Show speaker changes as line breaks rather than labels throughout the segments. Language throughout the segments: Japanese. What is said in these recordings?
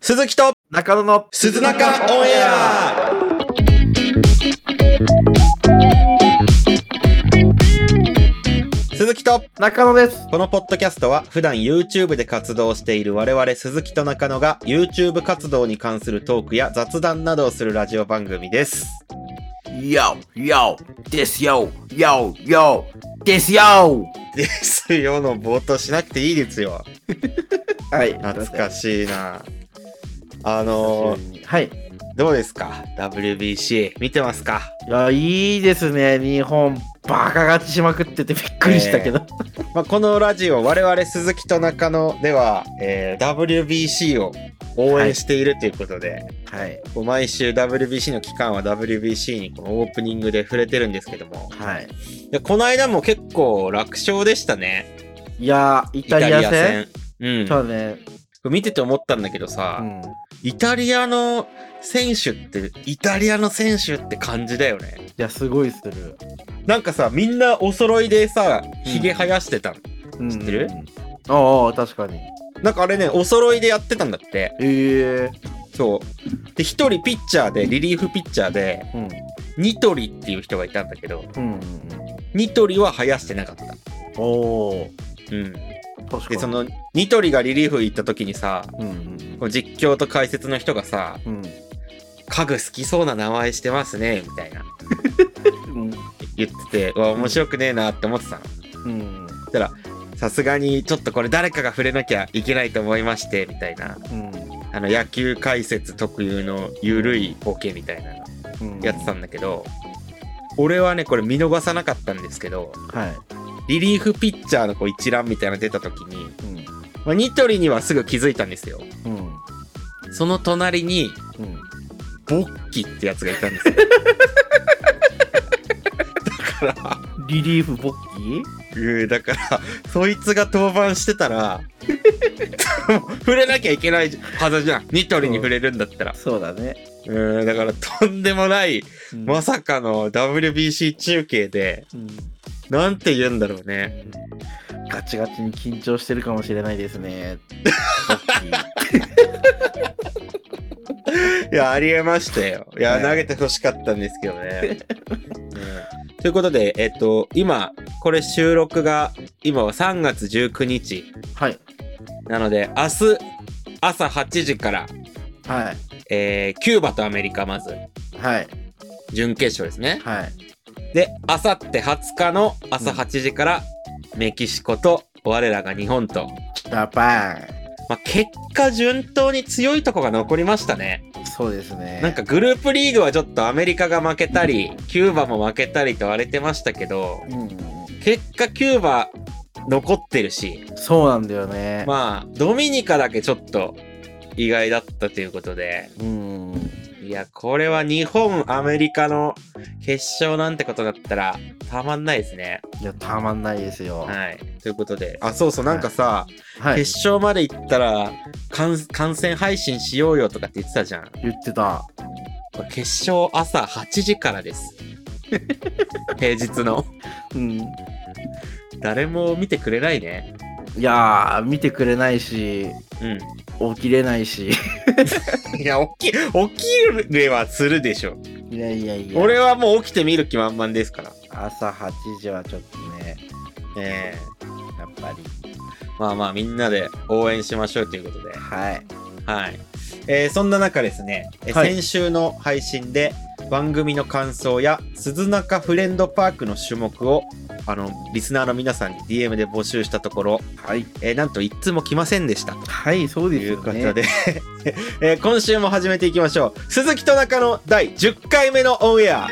鈴木と
中野の
鈴中オンエア鈴木と
中野です。
このポッドキャストは普段 YouTube で活動している我々鈴木と中野が YouTube 活動に関するトークや雑談などをするラジオ番組です。
Yo, yo, this yo, yo, yo, this yo!
ですよの冒頭しなくていいですよ。
はい。
懐か
し
しいな。あのー、
い。はい。
どうですか ?WBC 見てますか
いや、いいですね。日本、バカ勝ちしまくっててびっくりしたけど。
まあ、このラジオ我々鈴木と中野では、えー WBC を応援しているということで、
はい。
こう毎週 WBC の期間は WBC にこのオープニングで触れてるんですけども
はい。
いやこの間も結構楽勝でしたね
いや、イ
イ
タリア戦
うん、
そうね。
見てて思ったんだけどさ、
うん。
イタリアの選手ってイタリアの選手って感じだよね
いや、すごいする。
なんかさみんなお揃いでさひげ生やしてたの、
うん
知ってる
ああ、確かに。
なんかあれねお揃いでやってたんだって
ええ
そう。で、一人ピッチャーで、リリーフピッチャーで、
うん。
ニトリっていう人がいたんだけど、
うんうん
ニトリは生やしてなかった。
うん。おお。
うん。
確かに。
で、そ、の、ニトリがリリーフ行った時にさ、
うんうん
こう実況と解説の人がさ、
うん。
家具好きそうな名前してますね、みたいな。
うん。
言ってて、うわ、面白くねえなって思ってたの。
うん。
そしたら、さすがにちょっとこれ誰かが触れなきゃいけないと思いまして、みたいな。
うん
あの、野球解説特有のゆるいボケみたいなの
うん。
やってたんだけど、俺はね、これ見逃さなかったんですけど、
はい。
リリーフピッチャーのこう一覧みたいなの出た時に、
うん。
まあ、ニトリにはすぐ気づいたんですよ。
うん。
その隣に、
うん。
ボッキってやつがいたんですよ。だから、
リリーフボッキー
うんだから、そいつが登板してたら、もう 触れなきゃいけないはずじゃん。ニトリに触れるんだったら。
そうだね。
うん、だからとんでもない、ま
ま
さかの WBC 中継で、なんて言うんだろうね。
ガチガチに緊張してるかもしれないですね。
いや、ありえましたよ。いや、
ね
投げてほしかったんですけどね。うんということで、えっと、今、これ収録が、今は3月19日。
はい。
なので、明日、朝8時から、
はい。
えーキューバとアメリカ、まず、
はい。
準決勝ですね。
はい。
で、あさって20日の朝8時から、メキシコと、我らが日本と。
ジャパン。
まあ、結果、順当に強いとこが残りましたね。
そうですね。
なんかグループリーグはちょっとアメリカが負けたり、キューバも負けたりと荒れてましたけど、
うん、
結果キューバ残ってるし、
そうなんだよね。
まあ、ドミニカだけちょっと意外だったということで、
うん。
いや、これは日本、アメリカの決勝なんてことだったら、たまんないですね。
いや、たまんないですよ。は
はい。ということで、あ、そうそう、なんかさ、
い。
決勝まで行ったら、観観戦配信しようよとかって言ってたじゃん。
言ってた。
決勝朝8時から です。平日の。
うん。い
誰も見てくれないね。
やー、見てくれないし、
うん。
起きれな いし。
いや、起き、起きれはするでしょ。
いやいやいや。
俺はもう起きてみる気満々ですから。
朝8時はちょっとね、
ええ
やっぱり。
まあまあみんなで応援しましょうということで。
はい。
はい。えーそんな中ですね、え
はい
先週の配信で番組の感想や鈴中フレンドパークの種目をあの、リスナーの皆さんに DM で募集したところ、
はい。
えーなんと一通も来ませんでした。
はい、そう
と
です
い
よ
う
ね。
ことで、 えー今週も始めていきましょう鈴木と中野第10回目のオンエア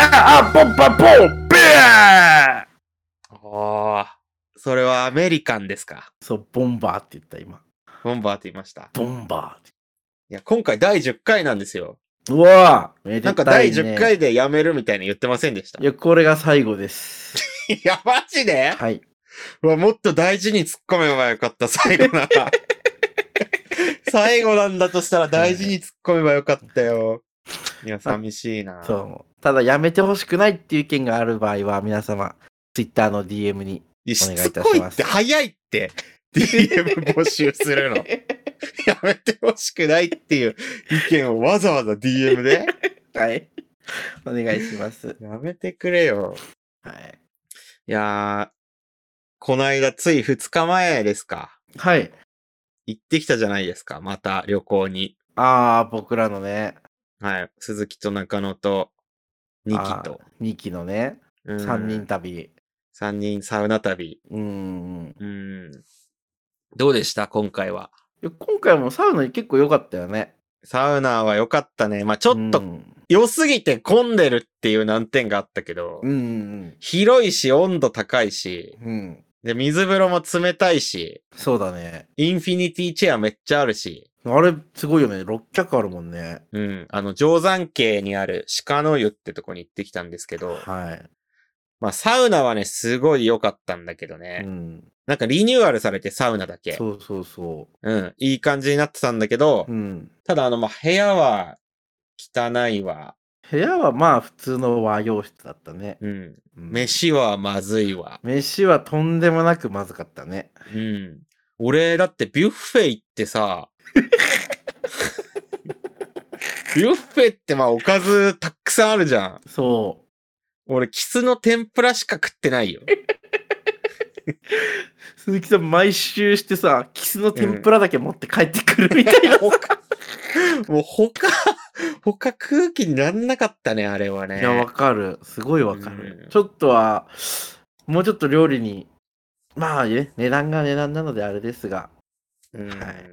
ああポンパポンベー
おーそれはアメリカンですか
そう、ボンバーって言った今。
ボンバーって言いました
ボンバーって。
いや今回第10回なんですよ
うわぁ、めでたいね
なんか第10。回でやめるみたいに言ってませんでした。
いや、これが最後 です。
いや、マジで
はい。
うわ、もっと大事に突っ込めばよかった、最後な ら。最後なんだとしたら大事に突っ込めばよかったよ。いや、寂しいな。
そう。ただ、やめてほしくないっていう意見がある場合は、皆様、Twitter の DM に。
いやし
お願い
つ
いた
こ
し
いっ
ます
て早いって DM 募集す るの。やめてほしくないっていう意見をわざわざ DM で
はい。お願いします。
やめてくれよ。
はい。
いやー、こないだつい2日前ですか。
はい。
行ってきたじゃないですか。また旅行に。
あー、僕らのね、
はい。鈴木と中野と、ニキと。
2期のね、
うん
3人。旅。
3人サウナ旅。
うーん。
うん。どうでした今回は。
いや今回もサウナ結構良かったよね。
サウナは良かったね。まあちょっ
う
と
ん
良すぎて混んでるっていう難点があったけど、
うんうん
広いし温度高いし、
うん。うん。
で、水風呂も冷たいし、
そうだね。
インフィニティチェアめっちゃあるし、
あれ、すごいよね。6脚あるもんね。
うん、あの、定山渓にある鹿の湯ってとこに行ってきたんですけど、
は
まあ、サウナはね、すごい良かったんだけど
い。
ね、
うん。
なんかリニューアルされてサウナだけ、
そうそうそ
うん、いい感じになってたんだけど、
う。うん。
ただあの、まあ、部屋は汚いわ、
部屋はまあ普通の和洋室だったね。
うん、
うん
飯はまずいわ、
飯はとんでもなくまずかったね。
うん。俺、だってビュッフェ行って さ、ビュッフェってまあおかずたくさんあるじゃん。
そ
俺、キスの天ぷらしか食ってないよ。
う。鈴木さん毎週してさ、キスの天ぷらだけ持って帰ってくるみたいな。
他、もう他、他空気になんなかったね、あれは ね。
いや、わかる。すごいわかる。
うん
ちょっとは、もうちょっと料理に、まあね、値段が値段なのであれですが、
うん
はい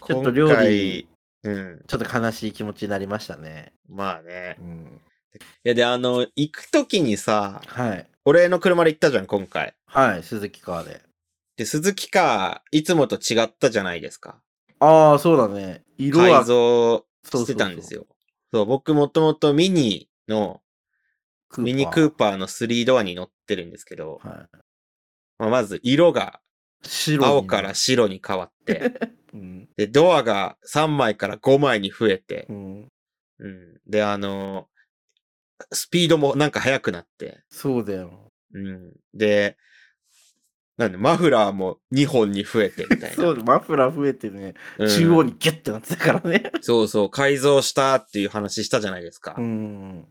今回
ちょっと料理
うん。
ちょっと悲しい気持ちになりましたね。
まあね
う。ん。
いや、で、あの、行くときにさ、
はい。
俺の車で行ったじゃん、今回。
はい、鈴木カーで。
で、鈴木か、いつもと違ったじゃないですか。
ああ、そうだね。色は
改造
そうそうそう
してたんですよ。そう、僕もともとミニの、
クーパー
ミニクーパーの3ドアに乗ってるんですけど、
は
まあまず色が
い、白に
青から白に変わって、
うん。
で、ドアが3枚から5枚に増えて
う、ん。
うん、で、あのースピードもなんか速くなって、
そうだよ。
うん、で、なんで、マフラーも2本に増えてみたいな。
そうだ、マフラー増えてね、
うん
中央にギュッてなってたからね。
そうそう、改造したっていう話したじゃないですか。
うん。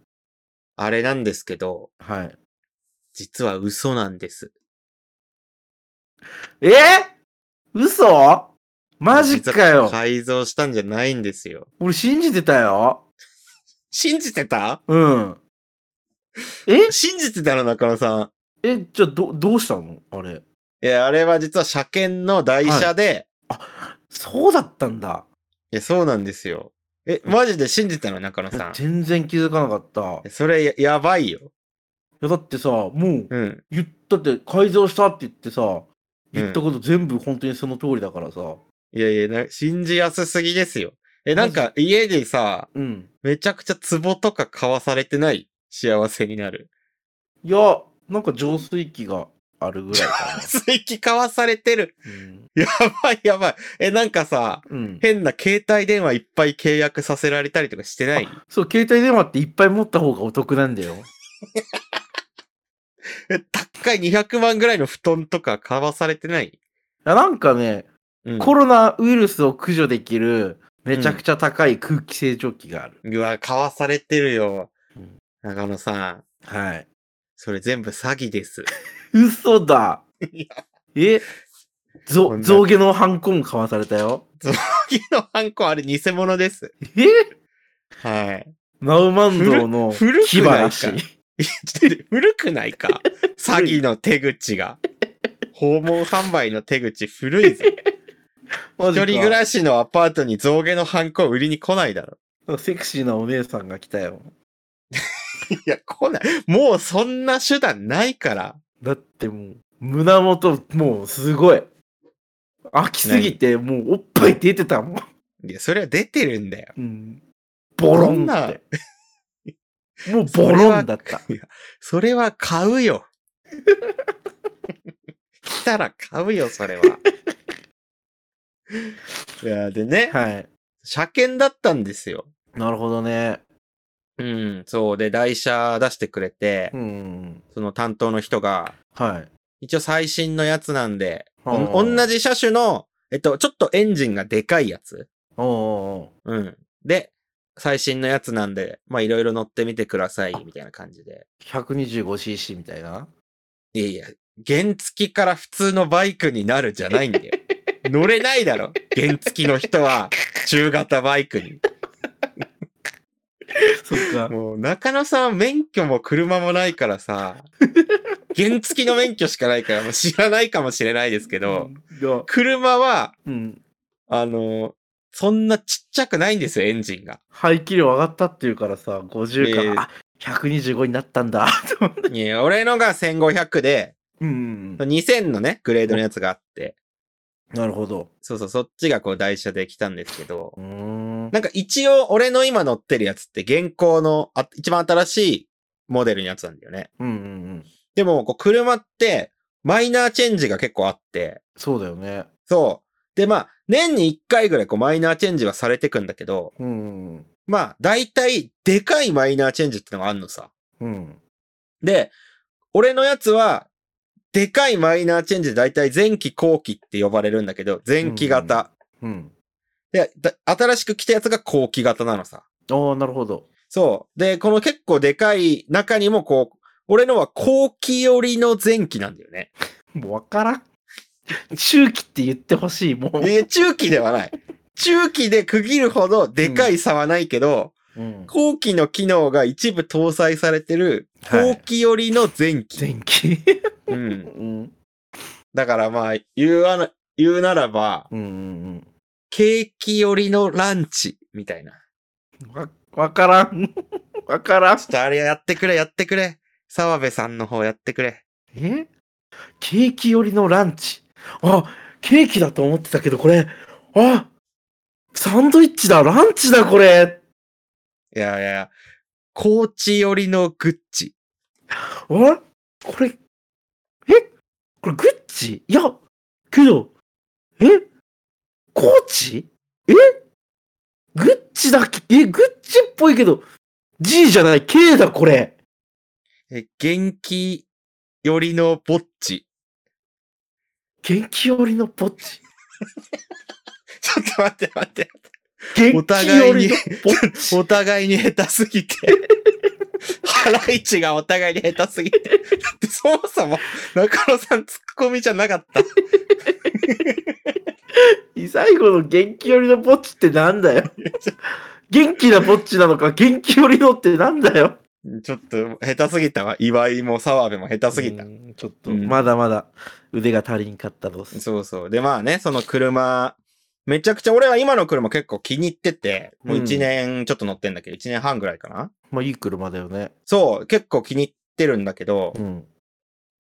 あれなんですけど、
はい。
実は嘘なんです。
えー、嘘マジか
実
よ
は改造したんじゃないんですよ。
俺信じてたよ。
信じてた
うん。え
信じてたの中野さ
え、じゃあど、どうしたのあれ。
ん。いや、あれは実は車検の台車で、い、
そうだったんだ。
や、そうなんですよ。え、マジで信じてたの中野
い
さ
や
ん。
全然気づかなかった。い
それや、やばいよ。
や、だってさ、もう、
うん。
言ったって、改造したって言ってさ、言った
うん
こと全部本当にその通りだからさ。
いやいや、な信じやすすぎですよ。え、なんか家でさ、
うん。
めちゃくちゃ壺とか買わされてない幸せになる。
いや、なんか浄水器があるぐらい か
水気買わされてる。
な。うん
やばいやばい。え、なんかさ、
うん。
変な携帯電話いっぱい契約させられたりとかしてない
そう、携帯電話っていっぱい持った方がお得なんだよ。
え、高い200万ぐらいの布団とか買わされてない、
いやなんかね、
うん、
コロナウイルスを駆除できる、めちゃくちゃ高い空気清浄機がある。
うわ、買わされてるよ
うん。
中野さん、
はい。
それ全部詐欺です。
嘘だ
い
え
こ
ぞ
んな
象牙のハンコも買わされたよ。
次のハンコあれ偽物です。
え
はい。
ナウマンドウの
ふる
牙らしい
古く。いや ちょっと古くない か詐欺の手口が。訪問販売の手口古い ぜ。
マ
一
ジか
人暮らしのアパートに象牙のハンコ売りに来ないだろ。
セクシーなお姉さんが来たよ。
いや、来ない。もうそんな手段ないから。
だってもう、胸元、もうすごい。飽きすぎて、もうおっぱい出てたもん。
いや、それは出てるんだよ。
うん。ボロ
そん
ン
な
って。もうボロンだった。
それは買うよ。 来たら買うよ、それは。 いや、でね、
はい。
車検だったんですよ。
なるほどね。
うん、そう。で、台車出してくれて
う、ん。
その担当の人が、
はい。
一応最新のやつなんで、おん
うん
同じ車種の、えっと、ちょっとエンジンがでかいやつ。
おうお
うん。で、最新のやつなんで、まあ、いろいろ乗ってみてください、みたいな感じで。
うおう 125cc みたいな。
いやいや、原付きから普通のバイクになるじゃないんだよ。乗れないだろ。原付きの人は、中型バイクに。
そっ か。
もう、中野さんは免許も車もないからさ、原付きの免許しかないから、もう知らないかもしれないですけど、
ど
車は、
ううん。
あの、そんなちっちゃくないんですよ、エンジンが。
排気量上がったっていうからさ、50か
え
ら、
ー
あ125になったんだ。
いや俺のが1500で、
うん。
2000のね、グレードのやつがあって、
なるほど。
そうそう、そっちがこう台車で来たんですけど
う、ーん。
なんか一応俺の今乗ってるやつって現行のあ一番新しいモデルのやつなんだよね。
うんうんうん。
でも、こう車ってマイナーチェンジが結構あって、
そうだよね。
そう。で、まあ、年に1回ぐらいこうマイナーチェンジはされてくんだけど、
うんうん
まあ、大体でかいマイナーチェンジってのがあんのさ。
うん。うん。
で、俺のやつは、でかいマイナーチェンジで大体前期後期って呼ばれるんだけど、前期型。
うん。
で、だ新しく来たやつが後期型なのさ。
ああ、なるほど。
そう。で、この結構でかい中にもこう、俺のは後期寄りの前期なんだよ ね。
もうわからん。中期って言ってほしい、もう。
で、中期ではない。中期で区切るほどでかい差はないけど、
うん、
後期の機能が一部搭載されてる、
はい
後期寄りの前期。
前期。
うん
う。ん。
だからまあ、言うあの言うならば、
うんうん
ケーキ寄りのランチ、みたいな。
うん。わ、わからん。 わからん
ちょ。っとあれやってくれ、やってくれ。澤部さんの方やってくれ。
えケーキ寄りのランチ。あ、ケーキだと思ってたけど、これ、あ、サンドイッチだ、ランチだ、これ。
いやいやいや、コーチ寄りのグッチ。
あこれ、えこれ、グッチいや、けど、えコーチえグッチだっけえ、グッチっぽいけど、G じゃない、K だ、これ。
え、元気寄りのぼっち。
元気寄りのポッチ。
ちょっと待って待って。お
元気
互
寄
いに
りのポッチ。
お互いに下手すぎて。 腹いちがお互いに下手すぎて。だってそもそも中野さんツッコミじゃなかった。
最後の元気寄りのぼっちってなんだ よ。元気なぼっちなのか、元気寄りのってなんだよ。
ちょっと下手すぎたわ。岩井も澤部も下手すぎた
う。んちょっと、
うん
まだまだ腕が足りんかったどす。
そうそう。で、まあね、その車、めちゃくちゃ、俺は今の車結構気に入ってて、もう
うん
1年ちょっと乗ってんだけど、1年半ぐらいかな
まあ、いい車だよね。
そう、結構気に入ってるんだけど、
うん。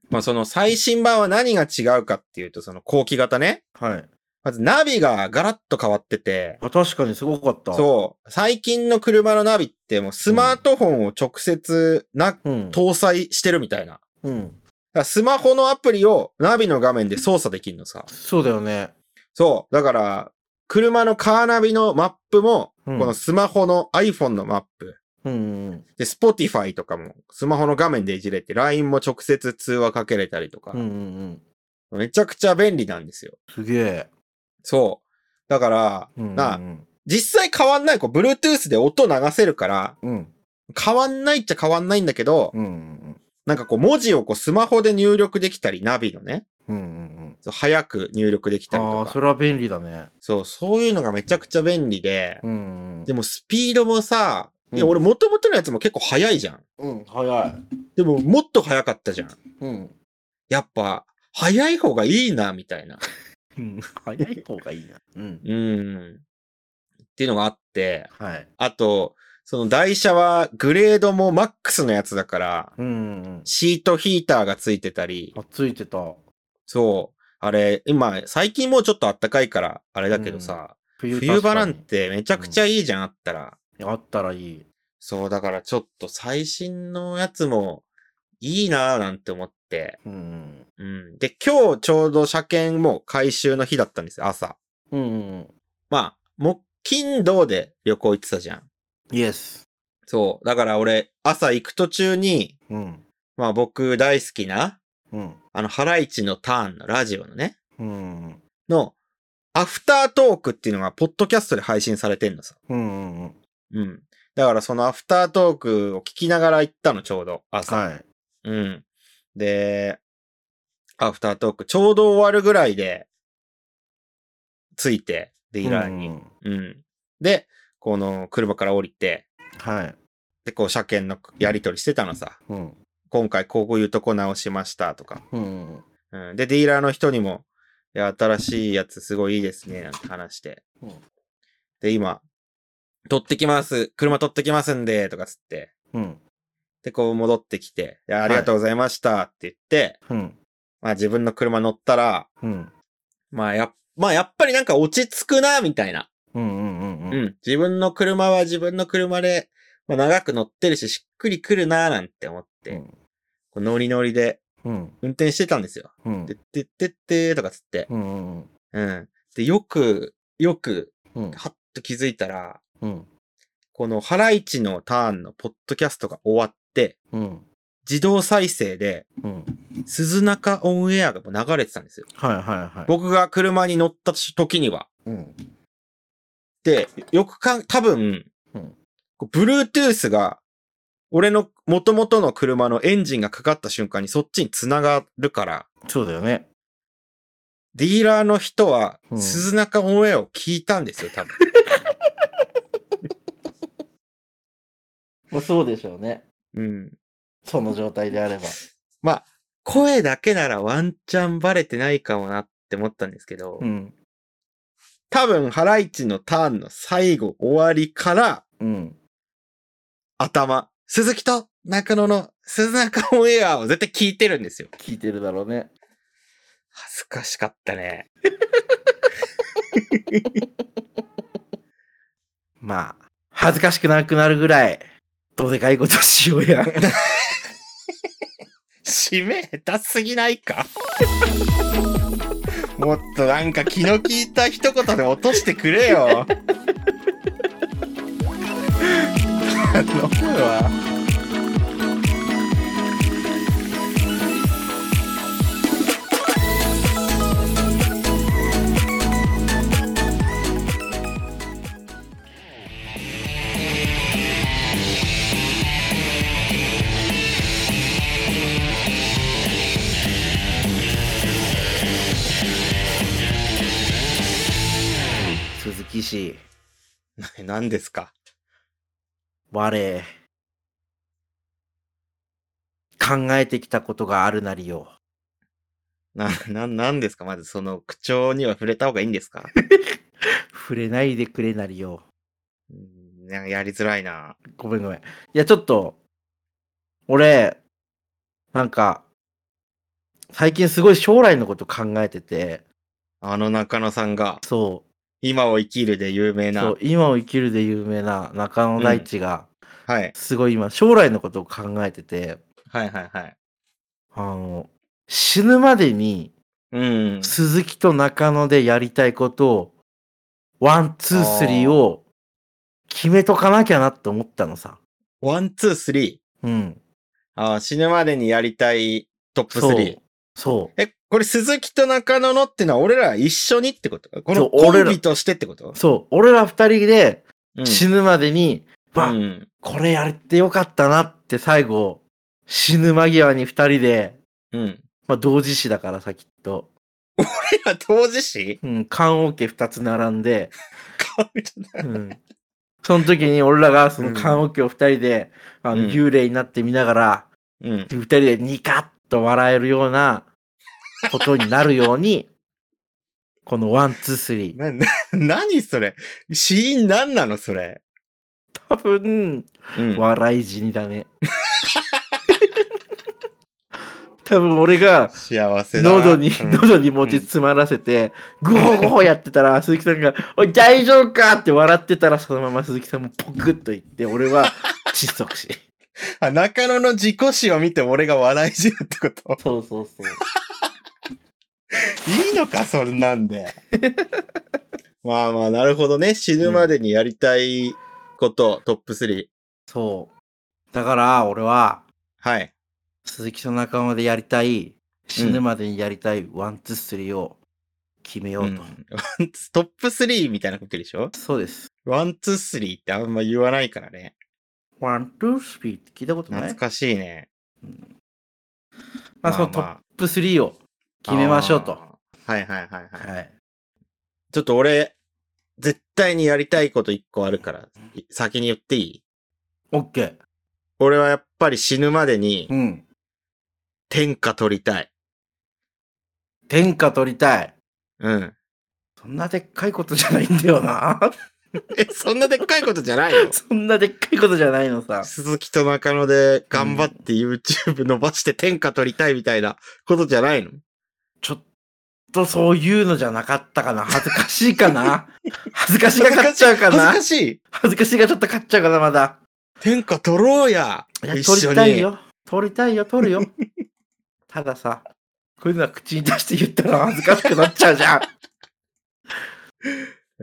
まあその最新版は何が違うかっていうと、その後期型ね。
はい。
まずナビがガラッと変わってて、
あ確かにすごかった。
そう、最近の車のナビってもうスマートフォンを直接な、
う。うん。
搭載してるみたいな。だか
うん。
らスマホのアプリをナビの画面で操作できるのさ。
そうだよね。
そう。だから、車のカーナビのマップも、
うん
このスマホの iPhone のマップ。
うんうん
で、Spotify とかもスマホの画面でいじれて、LINE も直接通話かけれたりとか
うん。うんう、んうん。
めちゃくちゃ便利なんですよ。
すげえ。
そう。だから、
うんうんうん
なあ実際変わんない、こう、Bluetooth で音流せるから、
うん。
変わんないっちゃ変わんないんだけど、
うんうん
なんかこう、文字をこう、スマホで入力できたり、ナビのね、
うん。うんうん
そう早く入力でき
う
たり
ん。あ
と
あ、そ
か、
れは便利だね。
そう、そういうのがめちゃくちゃ便利で、
うんうん。
でもスピードもさ、いや
うん
俺元々のやつも結構速いじゃん。
うん、早い。
でももっと速かったじゃん。
うん。
やっぱ、速い方がいいな、みたいな。
うん早い方がいいな。うん。
うん。っていうのがあって、
はい。
あと、その台車はグレードもマックスのやつだから、
うんうんうん。
シートヒーターがついてたり、
あ、ついてた。
そう。あれ、今、最近もうちょっと暖かいから、あれだけどさ、冬場なん
確かに
てめちゃくちゃいいじゃん、あったら。
あったらいい。
そう、だからちょっと最新のやつもいいなぁなんて思って。
うん。
うん。で、今日ちょうど車検も回収の日だったんですよ、朝。
うんうん。
まあ、木、金、土で旅行行ってたじゃん。
イエス。
そう。だから俺、朝行く途中に、
うん。
まあ僕大好きな、
うん。
あの、ハライチのターンのラジオのね、
うん。
の、アフタートークっていうのが、ポッドキャストで配信されてんのさ。
うんうんうん。
うん。だからそのアフタートークを聞きながら行ったの、ちょうど、朝。
はい。
うん。で、アフタートーク、ちょうど終わるぐらいで、ついて、で、イランに。
うん
うん。で、この車から降りて、
はい。
で、こう車検のやり取りしてたのさ。
うん。
今回こういうとこ直しましたとか。
うん。
うん、で、ディーラーの人にも、いや、新しいやつすごいいいですね、なんて話して。
うん
で、今、取ってきます。車取ってきますんで、とかつって。
うん。
で、こう戻ってきて、いや、ありがとうございましたって言って、
うん。
まあ自分の車乗ったら、
うん。
まあやっ、まあやっぱりなんか落ち着くな、みたいな。
うんうんうん
う
うん。
ん。自分の車は自分の車で、まあ長く乗ってるし、しっくりくるな、なんて思って、
うん
こうノリノリで
うん。
運転してたんですよ。
うん。
でってってって、とかつって。
うんうん
うん。で、よく、よく、
うん。
はっと気づいたら、
うん。
このハライチのターンのポッドキャストが終わって、
うん。
自動再生で、
うん。
鈴中オンエアがもう流れてたんですよ。
はいはいはい。
僕が車に乗った時には。
うん。
で、よくかん、多分、
うん
こう Bluetooth が、俺の元々の車のエンジンがかかった瞬間にそっちに繋がるから、
そうだよね。
ディーラーの人は、
うん
鈴中オンエアを聞いたんですよ、 多分。
まあそうでしょうね。
うん。
その状態であれば。
まあ、声だけならワンチャンバレてないかもなって思ったんですけど、
うん。
多分、ハライチのターンの最後、終わりから、
うん。
頭、鈴木と中野の鈴中オンエアを絶対聞いてるんですよ。
聞いてるだろうね。
恥ずかしかったね。
まあ、恥ずかしくなくなるぐらい、どうでかいことしよう や。
締め下手すぎないか もっとなんか気の利いた一言で落としてくれよ。頼むわ。
鈴木氏、
な 何ですか
我、考えてきたことがあるなりよ。
な、な、なんですかまずその口調には触れた方がいいんですか
触れないでくれなりよ。
うんなんかやりづらいな。
ごめんごめん。いや、ちょっと、俺、なんか、最近すごい将来のこと考えてて、
あの中野さんが、
そう、
今を生きるで有名
そ
な
う。今を生きるで有名な中野大地が、
はい。
すごい今将来のことを考えてて
はいはいはい。
あの死ぬまでに
うん。
鈴木と中野でやりたいことをワンツースリーを決めとかなきゃなって思ったのさ。
ワン、ツー、スリー。
うん。
あー死ぬまでにやりたいトップ
そう
3。。
そ
え、これ鈴木と中野のってのは俺ら一緒にってことこ
そ
の
う
コ
俺ら
ンビとしてってこと
う。そう。俺ら二人で
うん
死ぬまでに、
う
わ、
ん。
これやってよかったなって最後、死ぬ間際に二人で、
うん。
まあ同時死だからさ、きっと。
俺ら当事者
うん、棺桶二つ並んで、
顔見たな
うんその時に俺らがそ
うん
の棺桶を二人で、あの
うん
幽霊になって見ながら、
うん。
二人でニカッと笑えるようなことになるように、このワン、ツー、スリー。
な、な、何それ死因何なのそれ。
多分、
うん。
笑い死にだね。多分俺が、
幸せだ。
喉に、
うん
喉に餅詰まらせて、グホグホやってたら、鈴木さんが、おい、大丈夫かって笑ってたら、そのまま鈴木さんもポクッと言って、俺は窒息死。
あ、中野の自己死を見て俺が笑い死ぬってこと
そうそうそう。
いいのか、そんなんで。 まあまあ、なるほどね。死ぬまでにやりたいこと、トップ3。
そう。だから、俺は、
はい。
鈴木と仲間でやりたい、死ぬまでにやりたい、ワン、ツー、スリーを決めようと。
うんワンツートップ3みたいなことでしょ
そうです。
ワン、ツー、スリーってあんま言わないからね。
ワン、ツー、スリーって聞いたことない
懐かしいね。
まあ、そのトップ3を決めましょうと。
あーはいはいはいはい。
はい。
ちょっと俺、絶対にやりたいこと1個あるから、い先に言っていい
オッケー。
俺はやっぱり死ぬまでに
うん。
天下取りたい。
天下取りたい。
うん。
そんなでっかいことじゃないんだよな。
え、そんなでっかいことじゃないよ。
そんなでっかいことじゃないのさ。
鈴木と中野で頑張って YouTube 伸ばして天下取りたいみたいなことじゃないの
ちょっとそういうのじゃなかったかな。恥ずかしいかな。 恥ずかしが勝っちゃうか
恥
な。
ずかしい
恥ずかしがちょっと勝っちゃうかな、まだ。
天下取ろうや
いや、
一
取
緒
りたい
に。
よ。取りたいよ、取るよ。たださ、こういうのは口に出して言ったら恥ずかしくなっちゃうじゃん。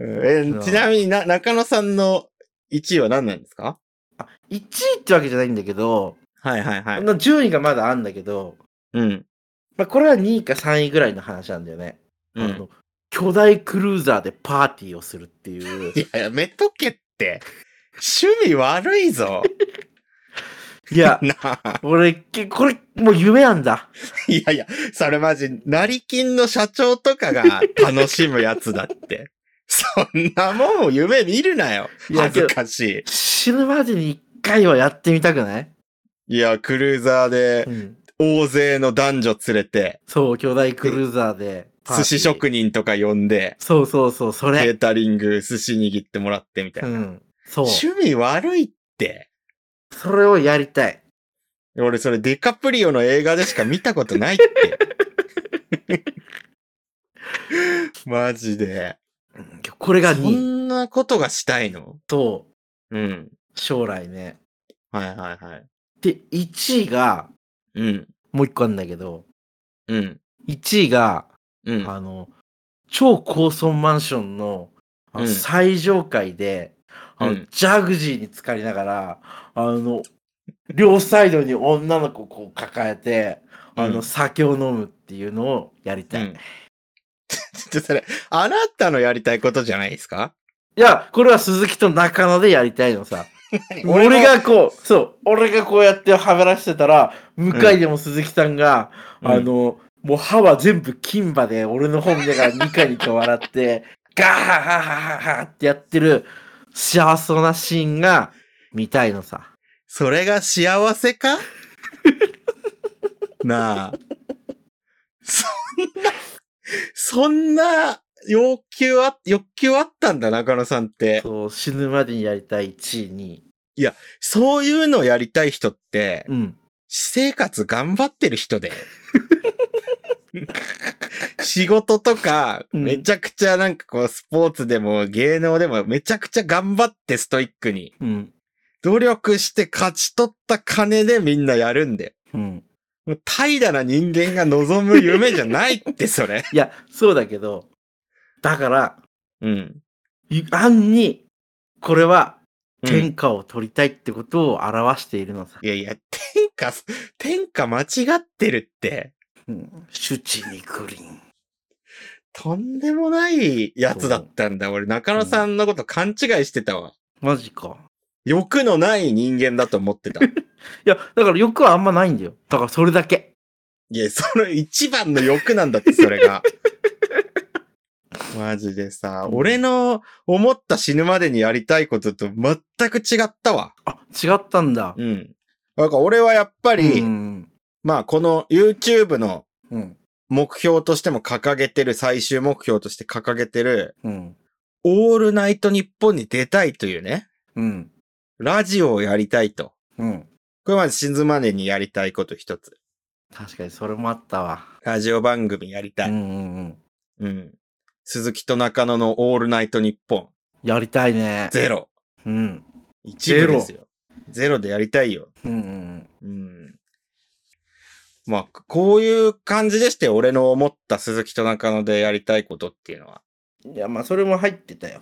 うんえちなみにな、中野さんの1位は何なんですか
あ1位ってわけじゃないんだけど、
はいはいは
あ
い。
の順位がまだあんだけど、
うん。
まあ、これは2位か3位ぐらいの話なんだよね。
う
あ
ん、
の巨大クルーザーでパーティーをするっていう。
いや、やめとけって。趣味悪いぞ。
いや、
なあ。
俺、けこれ、もう夢なんだ。
いやいや、それマジ、成金の社長とかが楽しむやつだって。そんなもん夢見るなよ。
いや
恥ずかしい。
死ぬまでに一回はやってみたくない、
いや、クルーザーで
うん、
大勢の男女連れて、
そう、巨大クルーザーでパーティ
寿
ー。
司職人とか呼んで、
そうそうそう、そ
ケ
れ。
ータリング、寿司握ってもらってみたいうな。
ん。そう。
趣味悪いって。
それをやりたい。
俺それデカプリオの映画でしか見たことないって。 マジで。
うんこれが
そ
2位
んなことがしたいの
と、
うん。
将来ね。
はいはいはい。
で、1位が、
うん。
もう一個あるんだけど、
うん。
1位が、
うん。
あの、超高層マンションのあの
うん
最上階で、あの
うん
ジャグジーに浸かりながら、あの、両サイドに女の子をこう抱えて、あ
う
の、
ん
酒を飲むっていうのをやりたい。
うん ちょっとそれ、あなたのやりたいことじゃないですか
いや、これは鈴木と中野でやりたい のさ。
の
俺がこう、そう、俺がこうやってはべらしてたら、向かいでも鈴木さんが、
うん
あの、もう歯は全部金歯で、俺の方見ながらニカニカ笑って、 ガーハハハハってやってる幸せなシーンが見たいのさ。
それが幸せか なあ。そんな、そんな要求あ、欲求あったんだ、中野さんって。
そう、死ぬまでにやりたい1位に。
そういうのをやりたい人って、
うん。
私生活頑張ってる 人で。仕事とか、
うん
めちゃくちゃなんかこう、スポーツでも芸能でもめちゃくちゃ頑張ってストイックに、
うん。
努力して勝ち取った金でみんなやるんだよ。
うん。
もう怠惰な人間が望む夢じゃないって、それ。
いや、そうだけど、だから、
うん。
い暗に、これは
うん
天下を取りたいってことを表しているのさ。
いやいや、天下、天下間違ってるって、
うん。主治にクリン。
とんでもないやつだったんだ。俺、中野さんのこと勘違いしてたわ。
マジか。
欲のない人間だと思ってた。い
いや、だから欲はあんまないんだよ。だからそれだけ。
や、その一番の欲なんだって、それが。マジでさ、俺の思った死ぬまでにやりたいことと全く違ったわ。
あ、違ったんだ。
うん。なんか俺はやっぱり、
うん。
まあこの YouTube の
うん。
目標としても掲げてる、最終目標として掲げてる、
うん。
オールナイト日本に出たいというね、
うん。
ラジオをやりたいと。
うん。
これまず死ぬまでにやりたいこと一つ。
確かにそれもあったわ。
ラジオ番組やりた
うん
い。
うんうん。
うん。鈴木と中野のオールナイトニッポン。
やりたいね。
ゼロ。
うん。
一部ですよ。ゼロでやりたいよ。
うんうんうん。
うん。まあ、こういう感じでして、俺の思った鈴木と中野でやりたいことっていうのは。
いや、まあ、それも入ってたよ。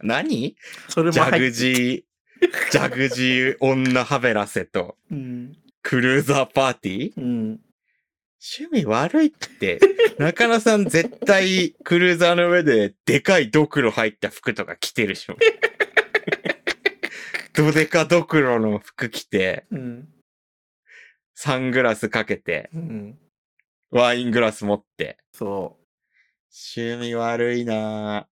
何
それも
ジャ
入
グ
って
ジー、ジャグジー女はべらせと、
うん。
クルーザーパーティー
うん。
趣味悪いって、中野さん絶対クルーザーの上ででかいドクロ入った服とか着てるでしょ。ドデカドクロの服着て、
うん。
サングラスかけて、
うん。
ワイングラス持って。
そ
趣味悪いなぁ。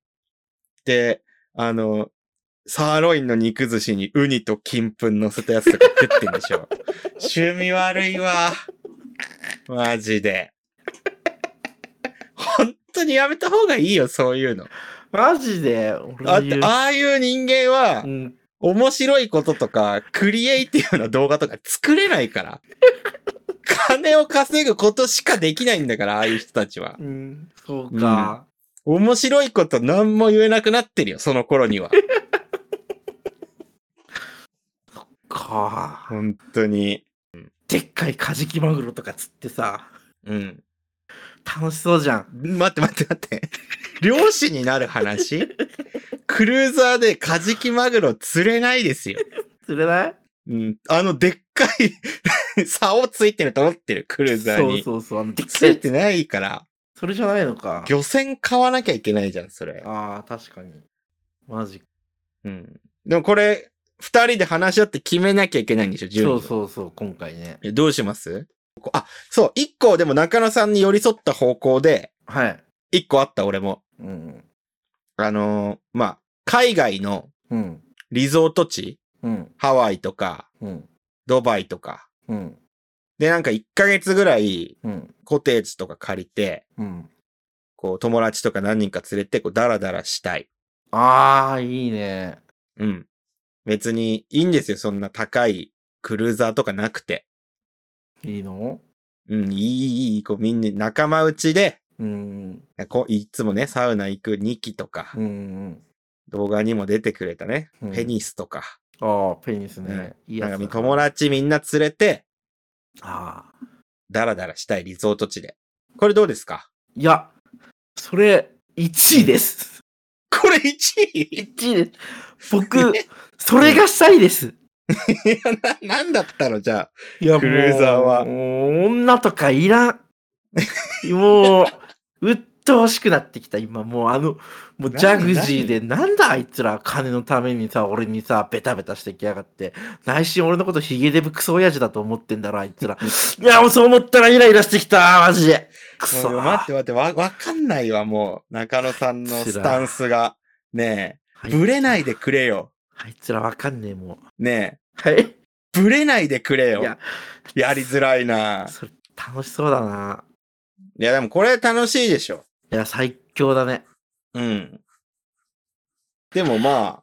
で、あの、サーロインの肉寿司にウニと金粉乗せたやつとか食ってんでしょ。趣味悪いわ。マジで。本当にやめた方がいいよ、そういうの。
う。マジで、俺
あ
の言う
ああいう人間は
う、ん。
面白いこととか、クリエイティブな動画とか作れないから。金を稼ぐことしかできないんだから、ああいう人たちは。
うん。そうか。
面白いこと何も言えなくなってるよ、その頃 には。
か。
本当に。
でっかいカジキマグロとか釣ってさ、
うん。
楽しそうじゃん。
待って待って待 って。漁師になる話クルーザーでカジキマグロ釣れないですよ。
釣れない
うん。あの、でっかい 竿ついてると思ってる、クルーザー
そう
に。
そうそう。あのでっか
つい
い。
てないから、
それじゃないのか。
漁船買わなきゃいけないじゃん、それ。
ああ、確かに。マジ
うん。でもこれ、二人で話し合って決めなきゃいけないんでしょ、順位
そ
を
うそうそう、今回ね。
いやどうしますこあ、そう、一個でも中野さんに寄り添った方向で、
はい。
一個あった俺も。
うん。
あのーまあ、海外の
うん。
リゾート地、
うん。
ハワイとか、
うん。
ドバイとか。
うん。
で、なんか1ヶ月ぐらい
うん。
コテージとか借りて、
うん。
こう友達とか何人か連れて、こうダラダラしたい。
ああ、いいね。
うん。別にいいんですよ、そんな高いクルーザーとかなくて。
いいの
うん、いい、いい、いい、こうみんな仲間内で、
うん。
こういつもね、サウナ行く2期とか、
うん。
動画にも出てくれたね、
うん
ペニスとか、
ああ、ペニスね。いいやつ
な
だ
んか友達みんな連れて、
ああ。
ダラダラしたいリゾート地で。これどうですか
いや、それ、1位です。
これ1位
1位です。僕、それがしたいです。
いやな、なんだったのじゃあ。
いやもう
クルーザーは
もう女とか いらん。もう、鬱陶しくなってきた、今。もう、あの、もう、ジャグジーで、なんだあいつら、金のためにさ、俺にさ、ベタベタしてきやがって。内心俺のことヒゲデブクソ親父だと思ってんだろ、あい つら。いや、もうそう思ったらイライラしてきた、マジで。クソ。
もう待って待って、わ、わかんないわ、もう。中野さんのスタンスが。ね
は
え、
い
ぶれないでくれよ。
あいつらわかんねえ、もう。
ね
はい。
え、ぶれないでくれよ。
い
や
や
りづらいな。
それ、楽しそうだな。
いや、でもこれ楽しいでしょ。
いや、最強だね。
うん。でもまあ、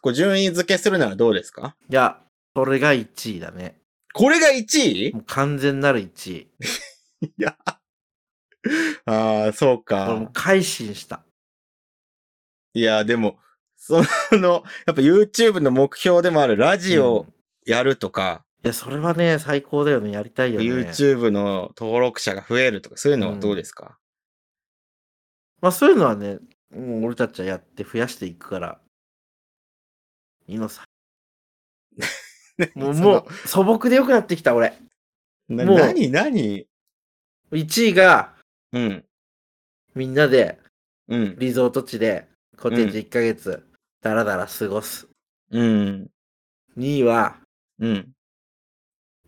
こう順位付けするならどうですか
いや、それが1位だね。
これが1位
もう完全なる1位。
ああ、そうか。
俺もう改心した。
いや、でも、その、やっぱ YouTube の目標でもあるラジオ
う
を
ん
やるとか、
いや、それはね、最高だよね。やりたいよね。
YouTube の登録者が増えるとか、そういうのはどうですか、
まあ、そういうのはね、もう俺たちはやって増やしていくから。いいの さ。もう、
その
もう素朴で良くなってきた、俺。
な
もう
何何
1位が、
うん。
みんなで、
うん。
リゾート地で、コテージ1ヶ月、だらだら過ごす。
うん。
2位は、
うん。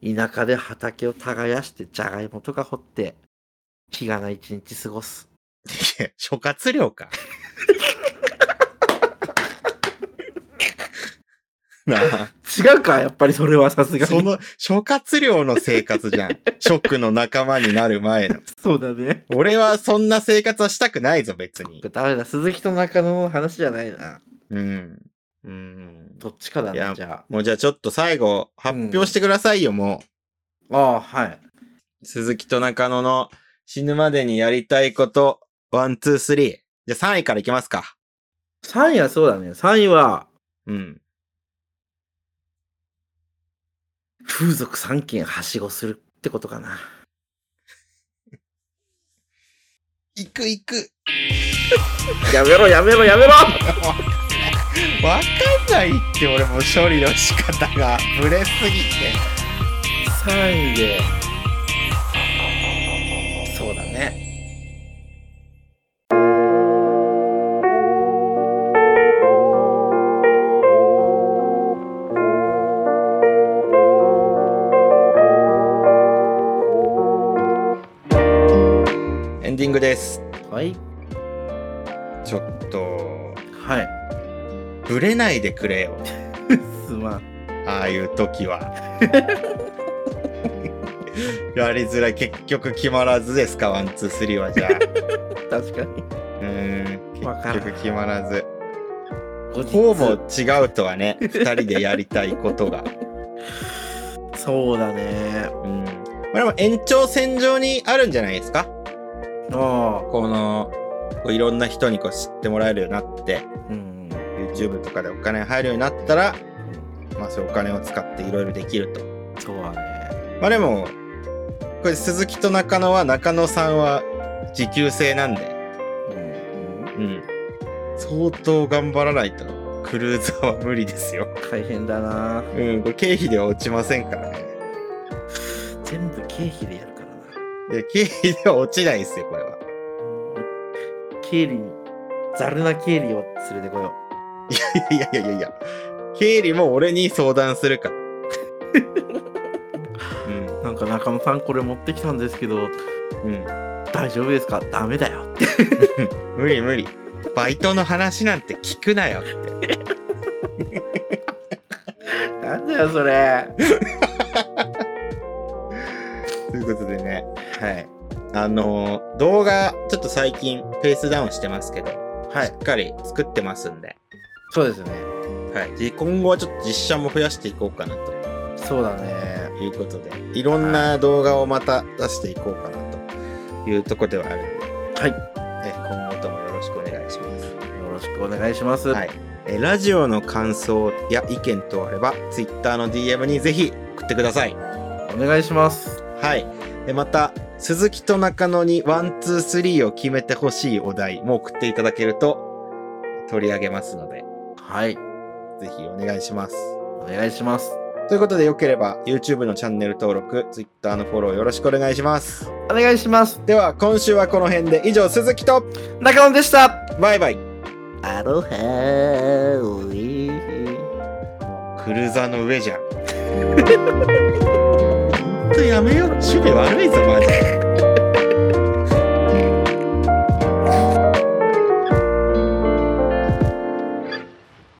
田舎で畑を耕して、じゃがいもとか掘って、気がない一日過ごす。
いや諸葛亮か。なあ、
違うかやっぱり それはさすがに。
その諸葛亮の生活じゃ ん。ショックの仲間になる前の。
そうだね。
俺はそんな生活はしたくないぞ、別に。
ダメだ、鈴木と中野の話じゃないな。
うん。うん。
どっちかだ
いや
ね、じゃあ。
もうじゃあちょっと最後、発表してくださいよ、も
ああ、はい。
鈴木と中野の死ぬまでにやりたいこと、ワン、ツー、スリー。じゃあ3位からいきますか。
3位はそうだね。3位は、
うん。
風俗3軒はしごするってことかな。
行く行く。
やめろ、やめろ、やめろ
わかんないって俺もう処理の仕方がブレすぎて。
!3 位で、そうだね。
エンディングです。
はい。
ちょっと、
はい。
ブレないでくれよ。
すまん。
ああいう時は。 やりづらい。結局決まらずですか、ワン、ツー、スリーはじ ゃあ。
確かに。
うーん、
わからん
結局決まらず。
後日
こうも違うとはね、二人でやりたいことが。
そうだね。
うん。まあでも延長線上にあるんじゃないですか
ああ。
この、こういろんな人にこう知ってもらえるようになって、
うん。
YouTube とかでお金入るようになったら、まあそういうお金を使っていろいろできると。
そうだね。
まあでも、これ鈴木と中野は、中野さんは時給制なんで、
うん。
うん。相当頑張らないと、クルーザーは無理ですよ。
大変だな。
うん、これ経費では落ちませんからね。
全部経費でやるからな。
いや、経費では落ちないですよ、これは。
経理、ざるな経理を連れてこよ
いやいやい やいや、経理も俺に相談する から。
う。なんか中野さんこれ持ってきたんですけど、
うん、うん。
大丈夫ですかダメだよって。
無理無理。バイトの話なんて聞くなよって。
なんだよ、それ。
ということでね、はい。あのー動画、ちょっと最近、ペースダウンしてますけど、
は
し
い。
っかり作ってますんで、
そうですね。
はい。で今後はちょっと実写も増やしていこうかなと
そうだね。
いうことで、いろんな動画をまた出していこうかなというとこではあるんで、
はい。
え今後ともよろしくお願いします。
よろしくお願いします。
はい。えラジオの感想や意見等あれば、Twitter の DM にぜひ送ってください。
お願いします。
はい。えまた、鈴木と中野にワン、ツー、スリーを決めてほしいお題も送っていただけると取り上げますので、
はい。
ぜひお願いします。
お願いします。
ということで、よければ YouTube のチャンネル登録、Twitter のフォローよろしくお願いします。
お願いします。
では、今週はこの辺で、以上、鈴木と、
中野でした。
バイバイ。
アロハーイ。
クルーザー の上じゃん。ほんとやめよう。趣味悪いぞ、マジで。